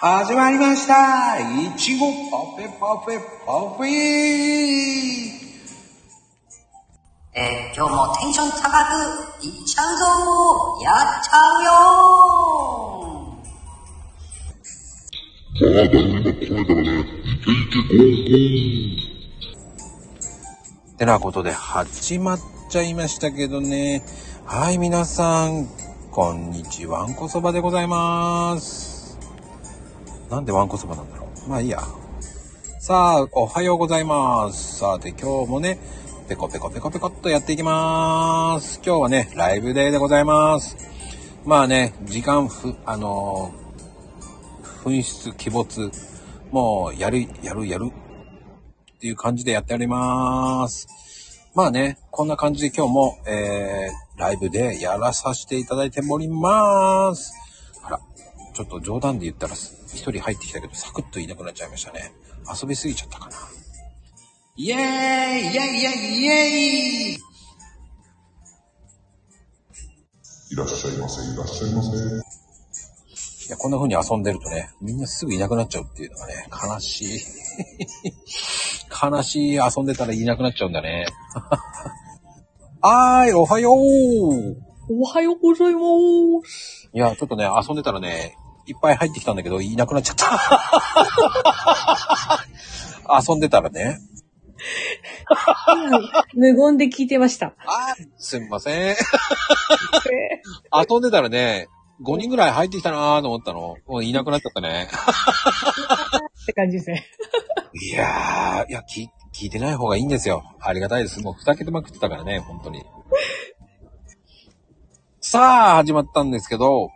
始まりましたいちごパフェパフェパフェえー今日もテンション高くいっちゃうぞーやっちゃうよああ、だいぶ今超えたらね、イケイケゴーてなことで始まっちゃいましたけどね。はい、皆さん、こんにちは。わんこそばでございます。なんでわんこそばなんだろう。まあいいや。さあ、おはようございます。さて、今日もね、ペコペコペコペコっとやっていきます。今日はね、ライブデーでございます。まあね、時間ふ、あのー紛失、鬼没、もう、やる、やる、やる、っていう感じでやっております。まあね、こんな感じで今日も、えー、ライブでやらさせていただいております。あら、ちょっと冗談で言ったらす一人入ってきたけど、サクッといなくなっちゃいましたね。遊びすぎちゃったかな。イエーイイエイイエイイエイいらっしゃいませ、いらっしゃいませ。いや、こんな風に遊んでるとね、みんなすぐいなくなっちゃうっていうのがね、悲しい。 悲しい遊んでたらいなくなっちゃうんだ ね。はーい、おはようおはようございます。いや、ちょっとね、遊んでたらね、いっぱい入ってきたんだけど、いなくなっちゃった。遊んでた らね。 無言で聞いてました。あーすみません。 遊んでたらね、5人ぐらい入ってきたなーと思ったの。もういなくなっちゃったね。って感じですね。いやー、いや、聞、聞いてない方がいいんですよ。ありがたい です。もうふけてまくってたからね、本当に。 さあ、始まったんですけど、は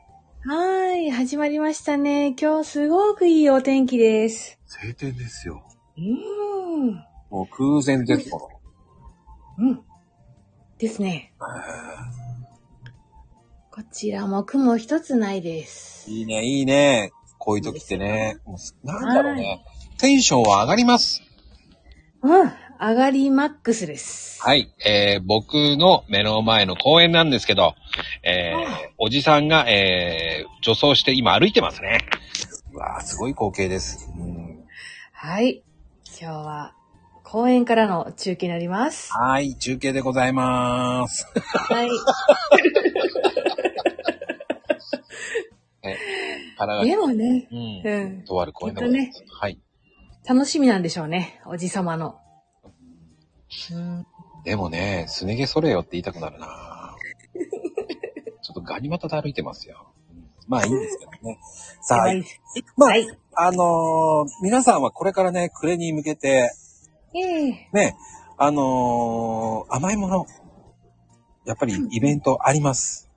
ーい、始まりましたね。今日すごくいいお天気です。晴天ですよ。うーん。もう空前絶後の。うん。ですね。こちらも雲一つないです。いいね、いいね。こういう時ってね、もうすなんだろうね。テンションは上がります。うん。上がりマックスです。はい。えー、僕の目の前の公園なんですけど、えー、おじさんが、えー、女装して今歩いてますね。うわー、すごい光景です。うん、はい。今日は公園からの中継になります。はい、中継でございます。はい。神奈でもね、川県。ううんん。。とある公園でございます。はい。楽しみなんでしょうね。おじさまの。うん。でもね、すね毛それよって言いたくなるなちょっとガニ股で歩いてますよ。うんまあいいんですけど ね。さあ、まあ、はい。あのー皆さんはこれからね、暮れに向けて、ええね、あのー甘いもの、やっぱりイベントあります。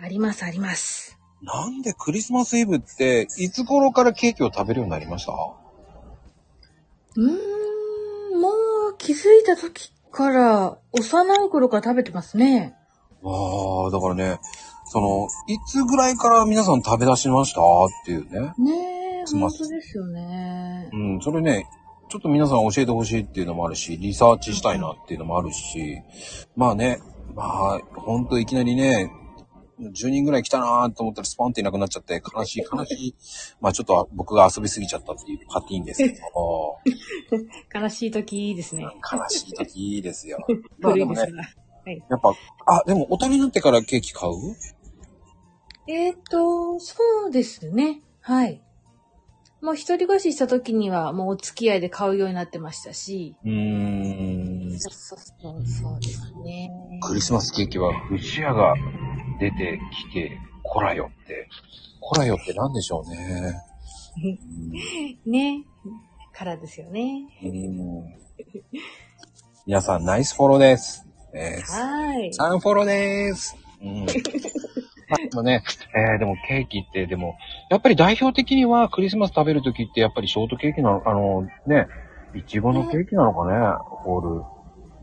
あります、あります。なんでクリスマスイブって、いつ頃からケーキを食べるようになりましたうーん、もう気づいた時から、幼い頃から食べてますね。わあ、だからね、その、いつぐらいから皆さん食べ出しましたっていうね。ねえ、そう本当ですよね。うん、それね、ちょっと皆さん教えてほしいっていうのもあるし、リサーチしたいなっていうのもあるし、まあね、まあ、ほんといきなりね、10人ぐらい来たなーと思ったらスパンっていなくなっちゃって、悲しい悲しい。まあちょっと僕が遊びすぎちゃったっていうパティーンですけど、悲しい時ですね。悲しい時ですよ。まあ古でいもですね、が。やっぱ、あ、でも大人になってからケーキ買うえっ、と、そうですね。はい。もう一人暮らしした時には、もうお付き合いで買うようになってましたし。うーん。そうそうそう、そうですね。クリスマスケーキは藤屋が出てきて、こらよって。こらよって何でしょうね。ね。からですよね。うん皆さん、ナイスフォローです。えー、はい。サンフォローです。うん。まあでもね、えーでもケーキって、でも、やっぱり代表的にはクリスマス食べるときって、やっぱりショートケーキなの、あの、ね、いちごのケーキなのかね、ホール。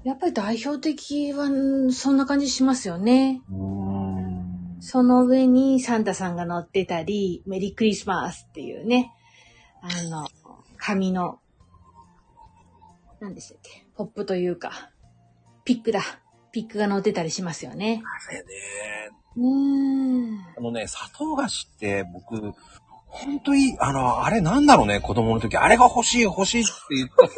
やっぱり代表的は、うんそんな感じしますよね。うーん。その上にサンタさんが乗ってたり、メリークリスマスっていうね、あの、紙の、何でしたっけ、ポップというか、ピックだ。ピックが乗ってたりしますよね。あれね、うーん。あのね、砂糖菓子って僕、ほんといい。あの、あれなんだろうね、子供の時。あれが欲しい、欲しいって言った。あれ、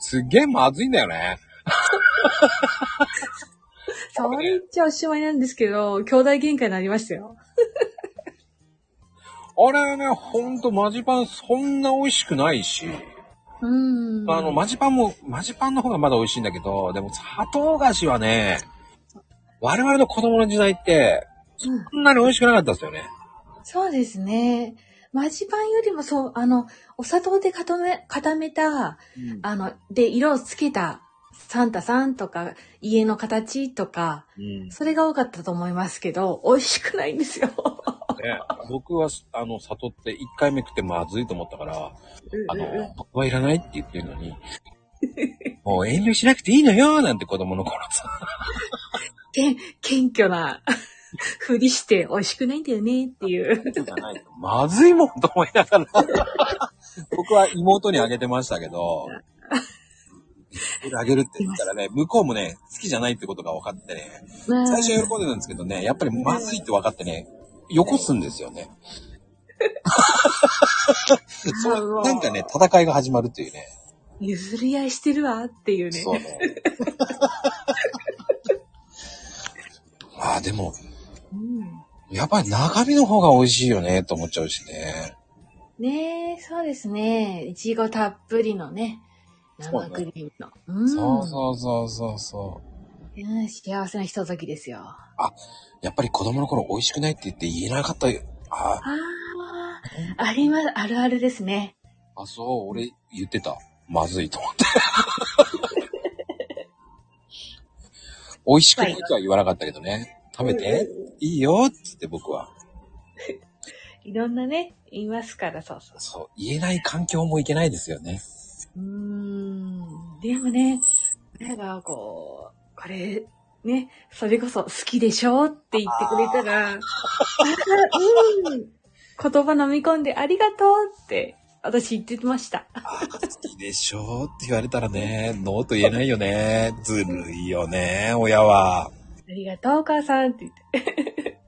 すっげえまずいんだよね。それ言っちゃおしまいなんですけど、兄弟喧嘩になりましたよ。あれね、ほんとマジパンそんな美味しくないし。うん。あの、マジパンも、マジパンの方がまだ美味しいんだけど、でも砂糖菓子はね、我々の子供の時代って、うんそんなに美味しくなかったですよね。そうですね。マジパンよりもそう、あの、お砂糖で固め、固めた、あの、で、色をつけた、サンタさんとか、家の形とか、うんねそれが多かったと思いますけど、美味しくないんですよ。僕は、あの、砂糖って1回目食ってまずいと思ったから、あの、僕はいらないって言ってるのに、 もう遠慮しなくていいのよなんて子供の頃さ。けん謙虚なふりして、美味しくないんだよねっていう。まずいもんと思いながら。 僕は妹にあげてましたけど、これあげるって言ったらね、向こうもね、好きじゃないってことが分かってね、最初は喜んでたんですけどね、やっぱりまずいって分かってね、よこすんですよね。そうなんかね、戦いが始まるっていうね。譲り合いしてるわっていうね。そうね。ああ、でも、うんやっぱり中身の方が美味しいよね、と思っちゃうしね。ねえ、そうですね。いちごたっぷりのね、生クリームの。うんそうそうそうそうそう。うん幸せなひとときですよ。あやっぱり子供の頃美味しくないって言って言えなかったよ。ああ、あります、あるあるですね。あ、そう、俺言ってた。まずいと思 って。美味しくないとは言わなかったけどね。食べて、いいよっつって僕は。いろんなね、いますから、そうそう。そう、言えない環境もいけないですよね。うーん。でもね、なんかこう、これ、ね、それこそ好きでしょって言ってくれたら、うん、言葉飲み込んでありがとうって、私言ってました。好きでしょうって言われたらね、ノーと言えないよね。ずるいよね、親は。ありがとう、お母さんって言って。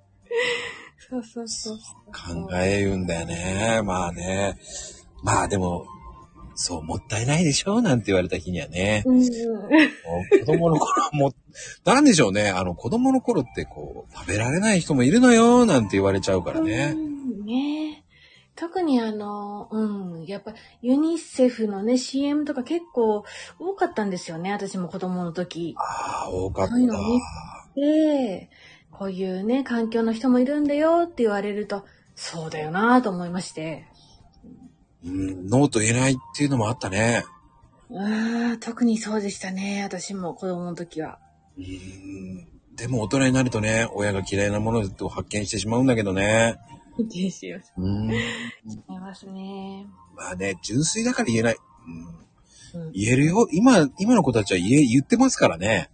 そうそうそうそう。考えるんだよね。まあね。まあでも、そう、もったいないでしょなんて言われた日にはね。うんうん、もう子供の頃も、 なんでしょうね。あの、子供の頃ってこう、食べられない人もいるのよ、なんて言われちゃうからねう。んね特にあの、うん、やっぱユニセフのね、CM とか結構多かったんですよね、私も子供の時。ああ、多かったそういうのね。で、こういうね、環境の人もいるんだよって言われると、そうだよなぁと思いまして。うん、ノーと言えないっていうのもあったね。うん、特にそうでしたね、私も子供の時は。うん。でも大人になるとね、親が嫌いなものを発見してしまうんだけどね。ですよ。うん。思いますね。まあね、純粋だから言えない。うんうん言えるよ。今、今の子たちは言え、言ってますからね。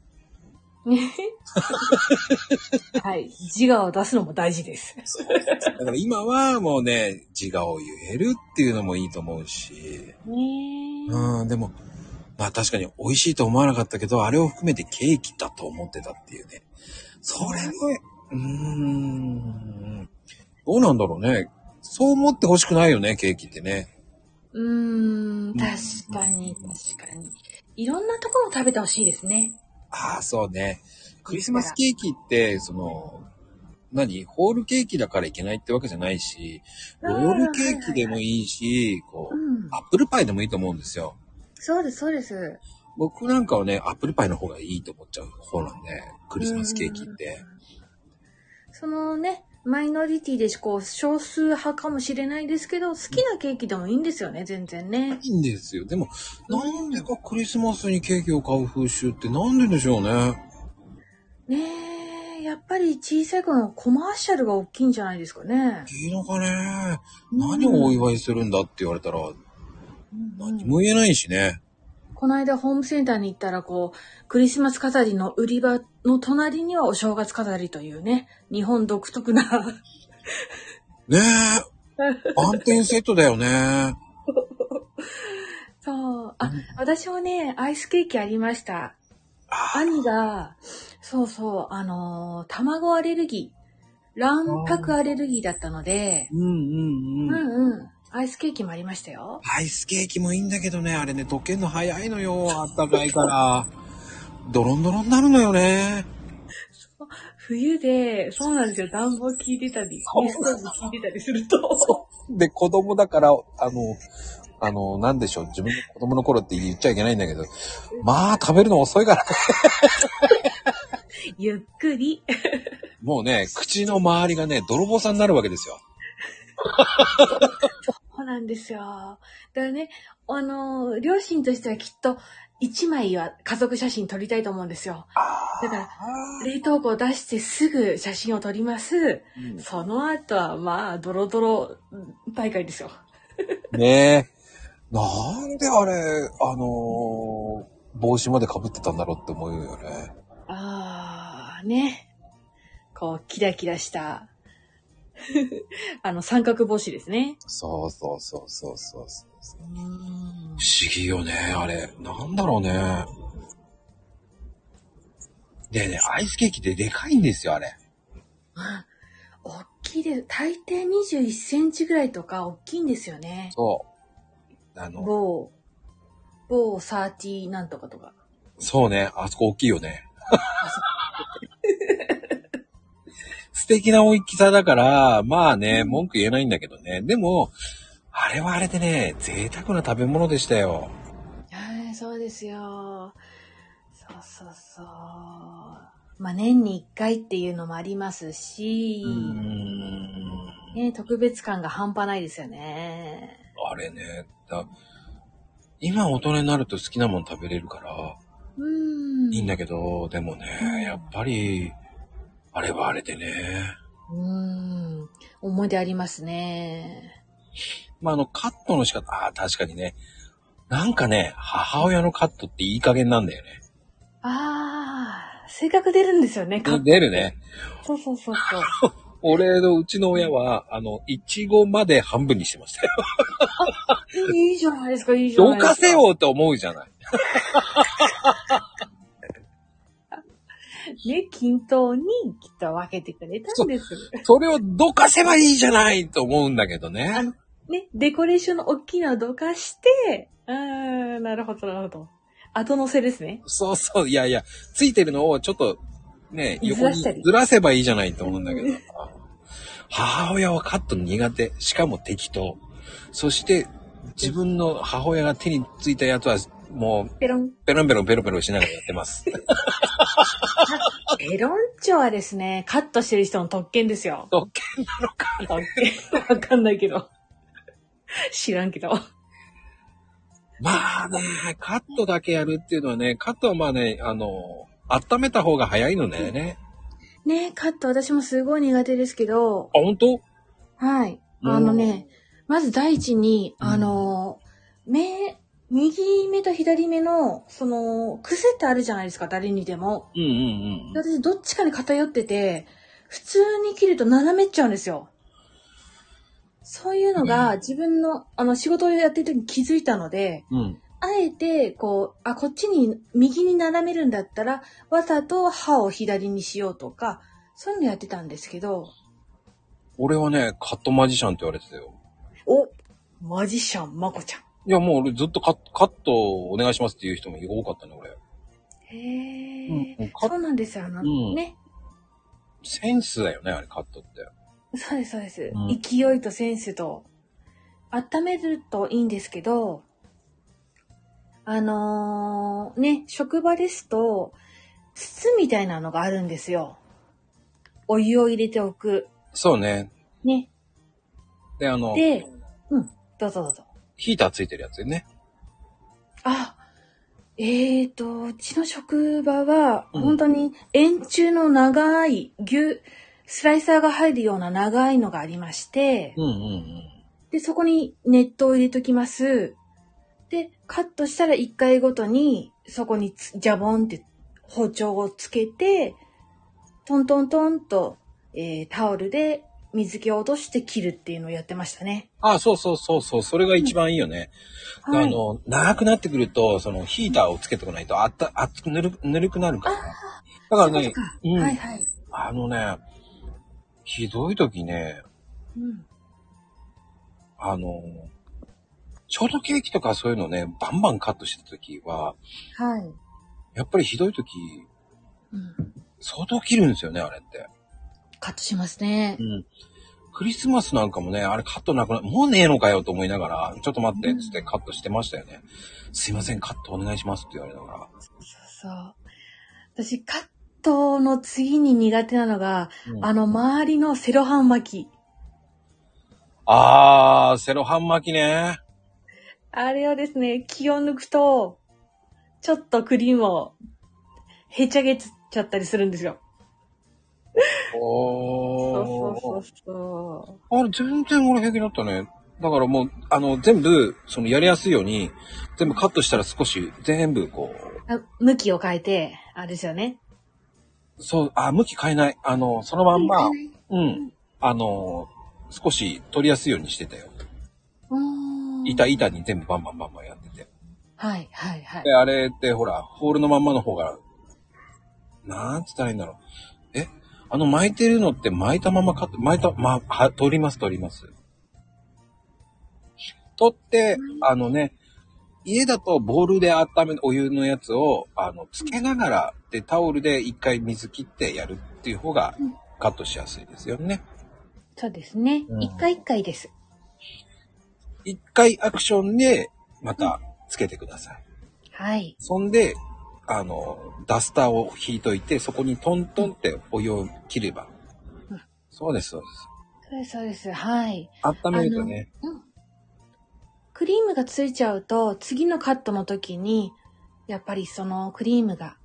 はい。自我を出すのも大事です。だから今はもうね、自我を言えるっていうのもいいと思うし。ねえ。うん、でも、まあ確かに美味しいと思わなかったけど、あれを含めてケーキだと思ってたっていうね。それも、うーん。どうなんだろうね。そう思ってほしくないよね、ケーキってね。うーん、確かに、確かに。いろんなとこも食べてほしいですね。ああ、そうね。クリスマスケーキって、その、何ホールケーキだからいけないってわけじゃないし、ロールケーキでもいいし、こうう、ん。アップルパイでもいいと思うんですよ。そうです、そうです。僕なんかはね、アップルパイの方がいいと思っちゃう方なんで、クリスマスケーキって。そのね、マイノリティでし、こう、少数派かもしれないですけど、好きなケーキでもいいんですよね、全然ね。いいんですよ。でも、なんでかクリスマスにケーキを買う風習ってなんででしょうね。ねえ、やっぱり小さい頃のコマーシャルが大きいんじゃないですかね。いいのかね。何をお祝いするんだって言われたら、うん何も言えないしね。この間ホームセンターに行ったら、こう、クリスマス飾りの売り場の隣にはお正月飾りというね、日本独特な ねえ。安定セットだよね。そう。あ、私もね、アイスケーキありました。兄が、そうそう、あのー卵アレルギー。卵白アレルギーだったので、うんうんううん。んうん。アイスケーキもありましたよ。アイスケーキもいいんだけどね、あれね、溶けるの早いのよ、あったかいから。ドロンドロンになるのよね。冬で、そうなんですよ。暖房効いてたり、熱ストーブ効いてたりすると。で、子供だから、あの、あの、なんでしょう、自分の子供の頃って言っちゃいけないんだけど、まあ、食べるの遅いから、ゆっくり。もうね、口の周りがね、泥棒さんになるわけですよ。そうなんですよ。だからね、あのー、両親としてはきっと、一枚は家族写真撮りたいと思うんですよ。だから、冷凍庫を出してすぐ写真を撮ります。その後は、まあ、ドロドロ大会ですよ。ねえ。なんであれ、あのー帽子まで被ってたんだろうって思うよね。ああ、ね。こう、キラキラした、 あの、三角帽子ですね。そうそうそうそうそうそう。うーん不思議よね、あれ。なんだろうね。でね、アイスケーキってでかいんですよ、あれ。大きいです。大抵21センチぐらいとか大きいんですよね。そう。あの、某、某サーティなんとかとか。そうね、あそこ大きいよね。素敵な大きさだから、まあね、文句言えないんだけどね。でも、あれはあれでね、贅沢な食べ物でしたよ。はい、そうですよ。そうそうそう。まあ、年に1回っていうのもありますし、うんね、特別感が半端ないですよね。あれね、だ今大人になると好きなもの食べれるから、うん。いいんだけど、でもね、やっぱり、あれはあれでね。うん。思い出ありますね。まあ、あの、カットの仕方、ああ、確かにね。なんかね、母親のカットっていい加減なんだよね。ああ、性格出るんですよね、か出るね。そうそうそうそう。俺のうちの親は、あの、いちごまで半分にしてましたよ。 いいじゃないですか、いいじゃなどいですかか。せよって思うじゃない。ね、均等にきっと分けてくれたんです。それをどかせばいいじゃないと思うんだけどね。あのね、デコレーションの大きいのをどかして、あー、なるほど、なるほど。後乗せですね。そうそう、いやいや、ついてるのをちょっと、ね、ず横らにしたりずらせばいいじゃないと思うんだけど。母親はカット苦手。しかも適当。そして、自分の母親が手についたやつは、もう、ペロン。ペロンペロンペロンペロンしながらやってます。ペロンチョはですね、カットしてる人の特権ですよ。特権なのか。特権。わかんないけど。知らんけど。まあね、カットだけやるっていうのはね、カットはまあね、あの、温めた方が早いのだよね。ね、カット私もすごい苦手ですけどあ、、本当はい。あのね、まず第一に、あの、目、右目と左目の、その、癖ってあるじゃないですか、誰にでも。うんうんうん。私どっちかに偏ってて、普通に切ると斜めっちゃうんですよ。そういうのが自分の、あの仕事をやってる時に気づいたので、うん。あえて、こう、あ、こっちに、右に斜めるんだったら、わざと歯を左にしようとか、そういうのやってたんですけど、俺はね、カットマジシャンって言われてたよ。おマジシャン、まこちゃん。いや、もう俺ずっとカット、カットお願いしますっていう人も多かったね、俺。へえ、うんカッそうなんですよ、あの、うんね。センスだよね、あれ、カットって。そうです、そうです。うん勢いとセンスと。温めるといいんですけど、あのーね、職場ですと、筒みたいなのがあるんですよ。お湯を入れておく。そうね。ね。で、あの、で、うん、どうぞどうぞ。ヒーターついてるやつよね。あ、えーと、うちの職場は、うん本当に円柱の長い牛、スライサーが入るような長いのがありまして、うんうんうん。で、そこに熱湯を入れときます。で、カットしたら1回ごとに、そこにつジャボンって包丁をつけて、トントントンと、えータオルで水気を落として切るっていうのをやってましたね。あ、そうそうそうそう、それが一番いいよね。はあい。の、長くなってくると、そのヒーターをつけてこないと、あった、熱くぬる、ぬるくなるから。だからねそうか、うん、はいはい。あのね、ひどい時ね、うん。あの、ショートケーキとかそういうのね、バンバンカットしてた時は、はい。やっぱりひどい時、うん。相当切るんですよね、あれって。カットしますねう。ん。クリスマスなんかもね、あれカットなくな、もうねえのかよと思いながら、ちょっと待って、つってカットしてましたよね。すいません、カットお願いしますって言われながら。そうそう。私、カットの次に苦手なのが、うんあの、周りのセロハン巻き。あー、セロハン巻きね。あれをですね、気を抜くと、ちょっとクリームを、へちゃげちゃったりするんですよ。おー。そうそうそうそあれ、全然俺平気だったね。だからもう、あの、全部、その、やりやすいように、全部カットしたら少し、全部こう、うあ。向きを変えて、あれですよね。そう、あ、向き変えない。あの、そのまんま、うんん。あの、少し取りやすいようにしてたよ。うーん板、板に全部バンバンバンバンやってて。はい、はい、はい。で、あれってほら、ホールのまんまの方が、なんつったらいいんだろう。えあの巻いてるのって巻いたままカット、巻いた、ま、は、取ります取ります。取って、あのね、家だとボールで温め、お湯のやつを、あの、つけながら、で、タオルで一回水切ってやるっていう方がうん、カットしやすいですよね。そうですねう。ん一回一回です。一回アクションで、また、つけてください。はい。そんで、あの、ダスターを引いといて、そこにトントンってお湯を切ればうん。そうです、そうです。そうです、そうです。はい。温めるとね。うん。クリームがついちゃうと、次のカットの時に、やっぱりそのクリームが、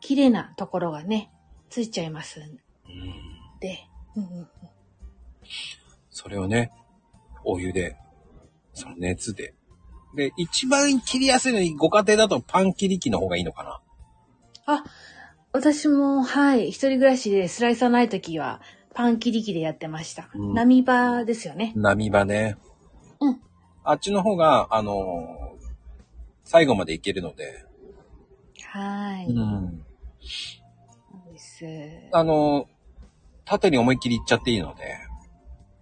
綺麗なところがね、ついちゃいますんうんで。うんうんうんそれをね、お湯で、その熱で。で、一番切りやすいのに、ご家庭だとパン切り機の方がいいのかな。あ、私も、はい、一人暮らしでスライサーない時は、パン切り機でやってました。うん波場ですよね。波場ね。うん。あっちの方が、あのー最後までいけるので。はい。ん。そうです。あのー縦に思いっきりいっちゃっていいので。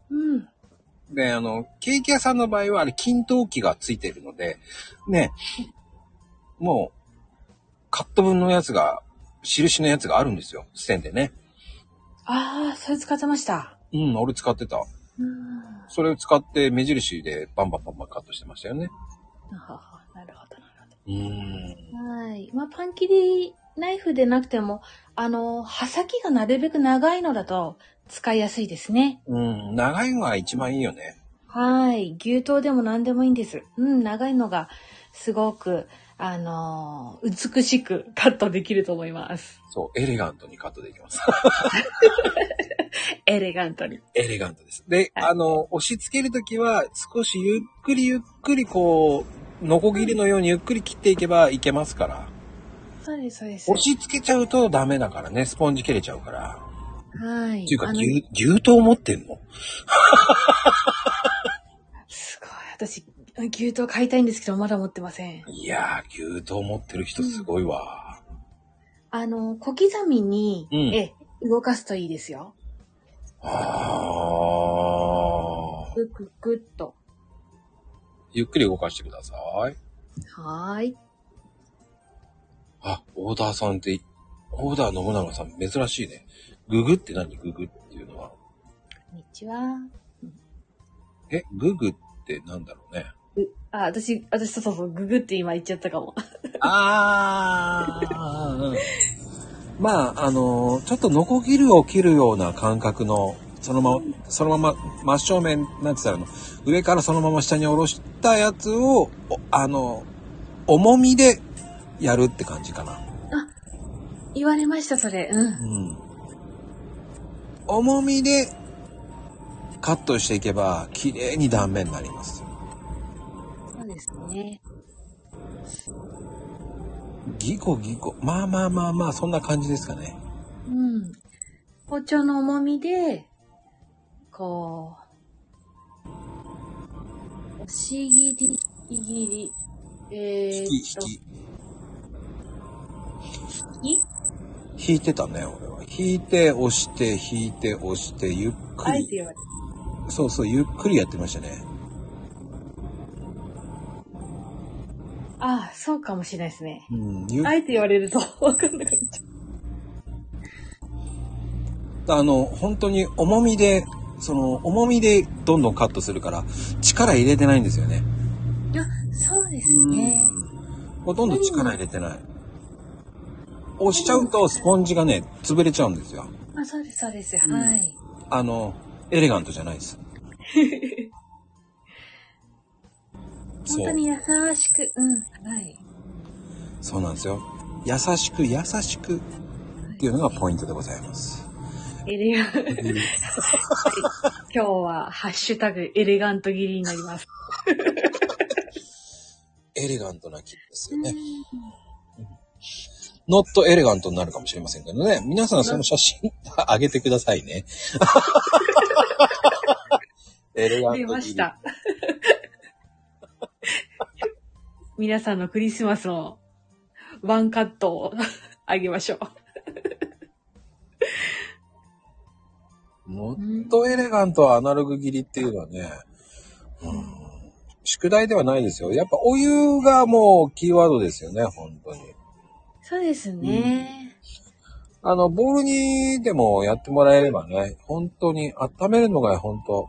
うん。で、あの、ケーキ屋さんの場合は、あれ、均等機がついてるので、ね、もう、カット分のやつが、印のやつがあるんですよ。線でね。ああ、それ使ってました。うん、俺使ってた。うん。それを使って、目印でバンバンバンバンカットしてましたよね。なるほど、なるほど。うーん。はい。まあ、パン切りナイフでなくても、あの、刃先がなるべく長いのだと使いやすいですね。うん、長いのが一番いいよね。はい。牛刀でも何でもいいんです。うん、長いのがすごく、あのー美しくカットできると思います。そう、エレガントにカットできます。 エレガントに。エレガントです。で、あの、押し付けるときは、少しゆっくりゆっくり、こう、ノコギリのようにゆっくり切っていけばいけますから。そうです、そうです。押し付けちゃうとダメだからね、スポンジ切れちゃうから。はい。っていうか、あの牛、牛刀持ってんのすごい。私、牛刀買いたいんですけど、まだ持ってません。いやー、牛刀持ってる人すごいわ。あの、小刻みに、うんえ、動かすといいですよ。あー。ぐっぐっぐっと。ゆっくり動かしてください。はーい。あ、オーダーさんって、オーダー信長さん珍しいね。ググって何ググっていうのは。こんにちは。え、ググってなんだろうね。あ、私、私、そうそうそう、ググって今言っちゃったかも。 あー。まあ、あのちょっとノコギリを切るような感覚の、そのまま、そのまま、真正面、なんて言ったらいいの、上からそのまま下に下ろしたやつを、おあの重みでやるって感じかな。言われました、それ。うん。うん。重みでカットしていけば、綺麗に断面になります。そうですね。ギコギコ。まあまあまあまあ、そんな感じですかね。うん。包丁の重みで、こう、押し切り、握り、えー、引き、引き。引き引いてたね、俺は。引いて、押して、引いて、押して、ゆっくあえてり。言われそうそう、ゆっくりやってましたね。ああ、そうかもしれないですね。うん、ゆっあえて言われるとわかんなくなっちゃあの、本当に重みで、その、重みでどんどんカットするから、力入れてないんですよね。う。あ、そうですね。ほとんど力入れてない。押しちゃうと、スポンジがね、潰れちゃうんですよ。あ、そうです、そうです。はい。あの、エレガントじゃないです。本そ当う、に優しく、うん、はい。そうなんですよ。優しく、優しくっていうのがポイントでございます。エレガン、はい今日はハッシュタグエレガント切りになります。エレガントな切りですよね。ノットエレガントになるかもしれませんけどね。皆さんその写真あげてくださいね。エレガント切出りました。皆さんのクリスマスのワンカットをあげましょう。ノットエレガントはアナログ切りっていうのはね、うん、宿題ではないですよ。やっぱお湯がもうキーワードですよね、本当に。そうですね。あの、ボールにでもやってもらえればね、本当に温めるのが本当。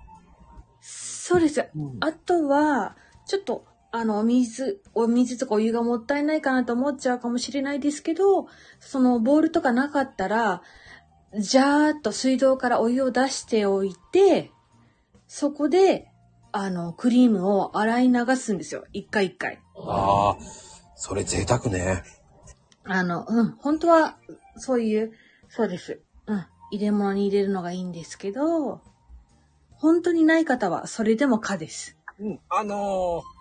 そうです。あとは、ちょっと、あの、お水、お水とかお湯がもったいないかなと思っちゃうかもしれないですけど、そのボールとかなかったら、ジャーっと水道からお湯を出しておいて、そこで、あの、クリームを洗い流すんですよ。一回一回。ああ、それ贅沢ね。あの、うん、本当は、そういう、そうです。うん、入れ物に入れるのがいいんですけど、本当にない方は、それでも可です。うん、あのー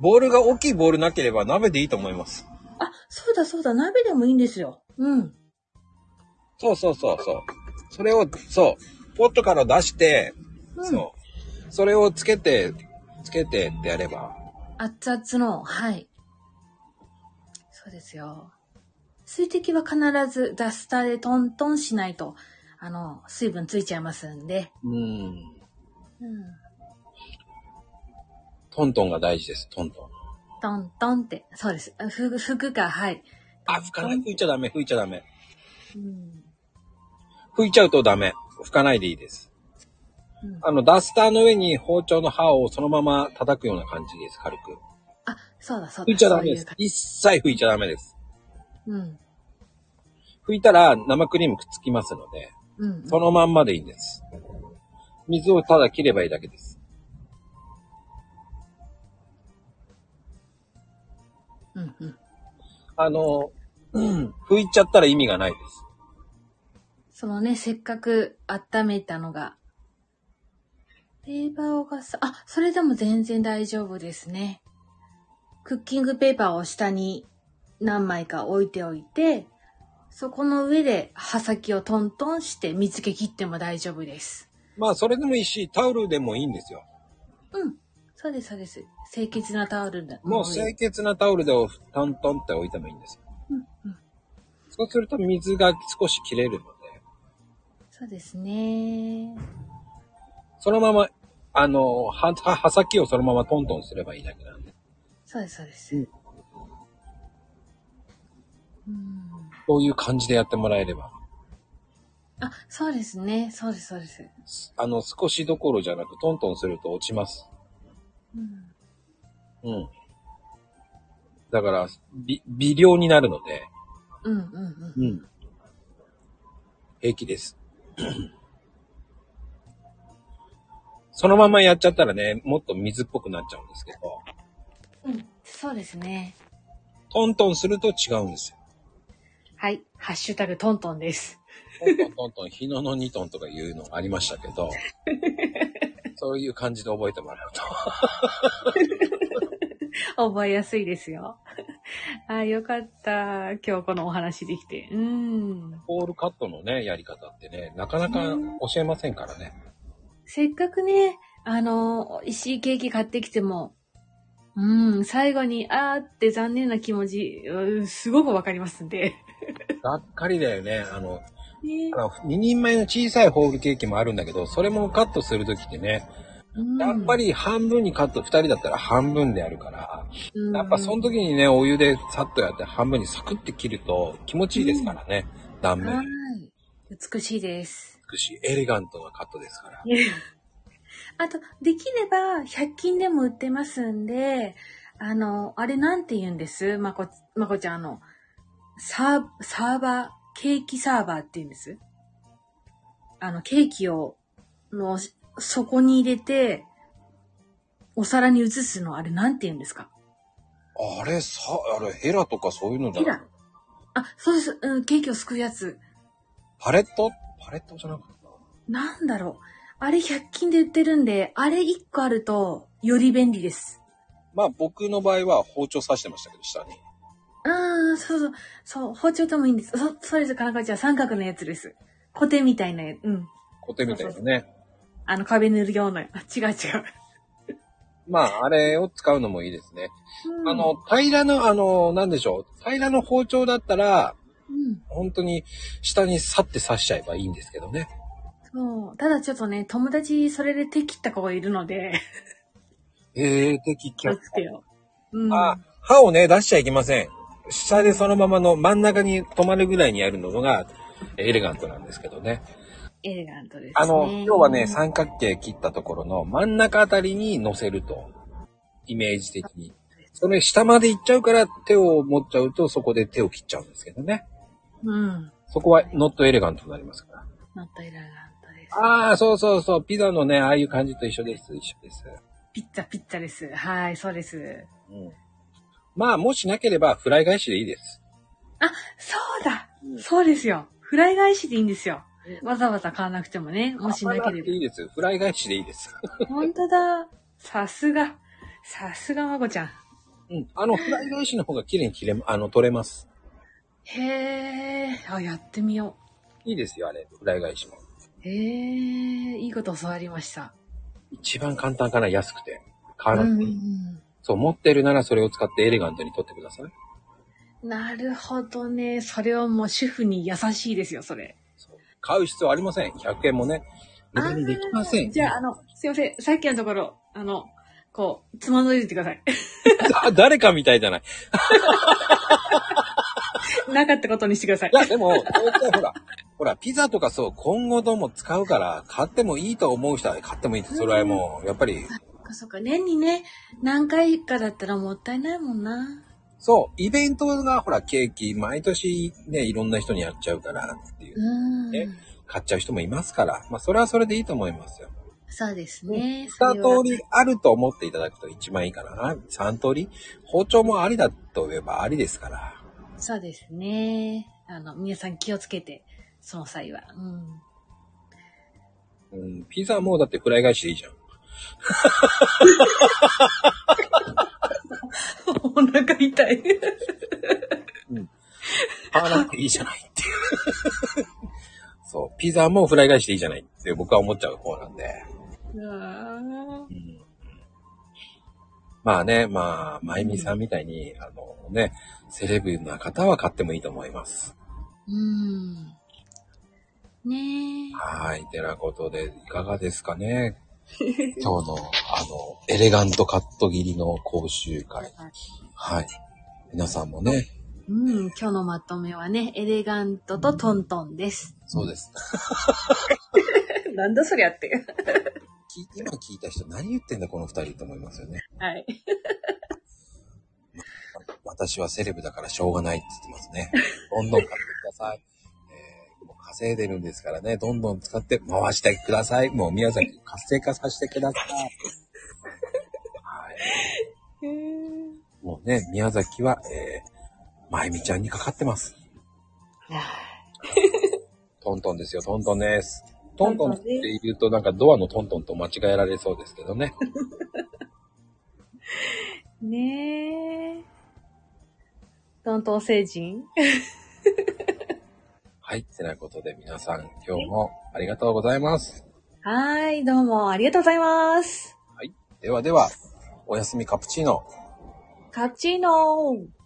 ボールが大きいボールなければ鍋でいいと思います。あ、そうだそうだ、鍋でもいいんですよ。うん。そうそうそうそう。それを、そう、ポットから出して、うんそう。それをつけて、つけてってやれば。熱々の、はい。そうですよ。水滴は必ずダスターでトントンしないと、あの、水分ついちゃいますんで。うん。うん。トントンが大事です、トントン。トントンって、そうです。ふぐ、ふぐか、はい。あ、拭かない、拭いちゃダメ、拭いちゃダメ。うん。拭いちゃうとダメ。拭かないでいいです。うんあの、ダスターの上に包丁の刃をそのまま叩くような感じです、軽く。あ、そうだそうだ。拭いちゃダメでそういうす感。一切拭いちゃダメです。じうん。拭いたら生クリームくっつきますので、うんうん。そのまんまでいいんです。水をただ切ればいいだけです。うんうん。あの、 うん拭いちゃったら意味がないです。そのね、せっかく温めたのが、ペーパーをかさ、あ、それでも全然大丈夫ですね。クッキングペーパーを下に何枚か置いておいて、そこの上で刃先をトントンして見つけ切っても大丈夫です。まあ、それでもいいし、タオルでもいいんですよ。うん。そうです、そうです。清潔なタオルだ。もう清潔なタオルでトントンって置いてもいいんですよ。そうすると水が少し切れるので、そうですね。そのまま、あの、は、は刃先をそのままトントンすればいいだけなんで、そうです、そうです。うんうんそういう感じでやってもらえれば、あ、そうですね。そうです、そうです。あの、少しどころじゃなくトントンすると落ちます。うん、うん。だから、び微量になるので、うん、うんうん。うん。平気です。そのままやっちゃったらね、もっと水っぽくなっちゃうんですけど、うん、そうですね。トントンすると違うんですよ。はい。ハッシュタグトントンです。 トントントントン、日野の2トンとかいうのありましたけど、そういう感じで覚えてもらうと。覚えやすいですよ。 あーよかった。今日このお話できて。うん。ボールカットのね、やり方ってね、なかなか教えませんからね。せっかくね、あのー、美味しいケーキ買ってきても、 うん、最後に、あーって残念な気持ち、うんすごくわかりますんで。がっかりだよね。あの、ねあの2人前の小さいホールケーキもあるんだけど、それもカットするときってね、やっぱ、り半分にカット、2人だったら半分でやるから、うんやっぱその時にね、お湯でさっとやって半分にサクって切ると気持ちいいですからね。断は面い。美しいです。美しい、エレガントなカットですから。 あと、できれば、100均でも売ってますんで、あの、あれなんて言うんですまこ、まこちゃん、あの、サー、サーバー、ケーキサーバーって言うんですあの、ケーキを、の、そこに入れて、お皿に移すの、あれなんて言うんですかあれさ、あれヘラとかそういうのじゃヘないラ。あ、そうです、うん、ケーキをすくうやつ。パレットパレットじゃなかったなんだろう。あれ100均で売ってるんで、あれ1個あると、より便利です。まあ僕の場合は包丁刺してましたけど、下に。うん、そうそう。そう、包丁でもいいんです。そ、そうです、かなかちゃん。三角のやつです。コテみたいなやつ。うん。コテみたいなね。あの、壁塗るような。あ違う違う。まああれを使うのもいいですね。うんあの、、平らの、あの、なんでしょう。平らの包丁だったら、うん。本当に下に去って刺しちゃえばいいんですけどね。そう。ただちょっとね、友達、それで手切った子がいる ので、ええ的気キャをッつけよう。うん。あ、歯をね、出しちゃいけません。下でそのままの真ん中に止まるぐらいにやるのがえーエレガントなんですけどね。エレガントです、ね。あの、今日はね、三角形切ったところの真ん中あたりに乗せると。イメージ的に。それ下まで行っちゃうから手を持っちゃうとそこで手を切っちゃうんですけどね。うん。そこはノットエレガントになりますから。ノットエレガントです。ああ、そうそうそう。ピザのね、ああいう感じと一緒です。一緒です。ピッツァピッツァです。はい、そうです。うん。まあ、もしなければフライ返しでいいです。そうだうんそうですよ。フライ返しでいいんですよ。わざわざ買わなくてもね、もしなけれいいです。フライ返しでいいです。ば。本当だ。さすが。さすがまこちゃん。うん。あの、フライ返しの方が綺麗に切れ、あの、取れます。へえ。あ、やってみよいいですよ、あれ。フライ返しも。う。へえ。いいこと教わりました。一番簡単かな、安くて。買うわなくんてういいんそう、持ってるならそれを使ってエレガントに取ってください。うん。なるほどね。それはもう主婦に優しいですよ、それ。そう買う必要ありません。100円もね。無駄にできません。じゃあ、あの、すいません。さっきのところ、あの、こう、つまずいててください。 だ誰かみたいじゃない。なかったことにしてくださいい。や、でも、こうやってほら、ほら、ピザとかそう、今後とも使うから、買ってもいいと思う人は買ってもいいです。それはもう、やっぱり、そっかそっか、年にね、何回かだったらもったいないもんな。そう、イベントがほら、ケーキ、毎年ね、いろんな人にやっちゃうからっていう、うん。ね買っちゃう人もいますから、まあ、それはそれでいいと思いますよ。そうですね。二そ通れはりあると思っていただくと一番いいかな。三通り包丁もありだと言えばありですから。そうですね。あの、皆さん気をつけて、その際は。うん。う ん、ピザもだってフライ返しでいいじゃん。お腹痛い。買わなくていいじゃないっていう。 そう、ピザもフライ返しでいいじゃないって僕は思っちゃう方なんで。うんまあね、まあ、まゆみさんみたいに、あのね、セレブな方は買ってもいいと思います。うん。ねえ。はい。てなことで、いかがですか ね今日の、あの、エレガントカット切りの講習会。はい。皆さんもね、うん、今日のまとめはね、エレガントとトントンです。そうです。なんだそりゃって。き今聞いた人何言ってんだこの二人と思いますよね。はい。私はセレブだからしょうがないって言ってますね。どんどん買ってください。えー、もう稼いでるんですからね、どんどん使って回してください。もう宮崎活性化させてください。はい。もうね、宮崎は、えー、まゆみちゃんにかかってます。トントンですよ、トントンです。トントンって言うとなんかドアのトントンと間違えられそうですけどね。ねえ。トントン星人はい。ってなことで皆さん今日もありがとうございます。はい、どうもありがとうございます。ではでは、おやすみカプチーノ。カプチーノー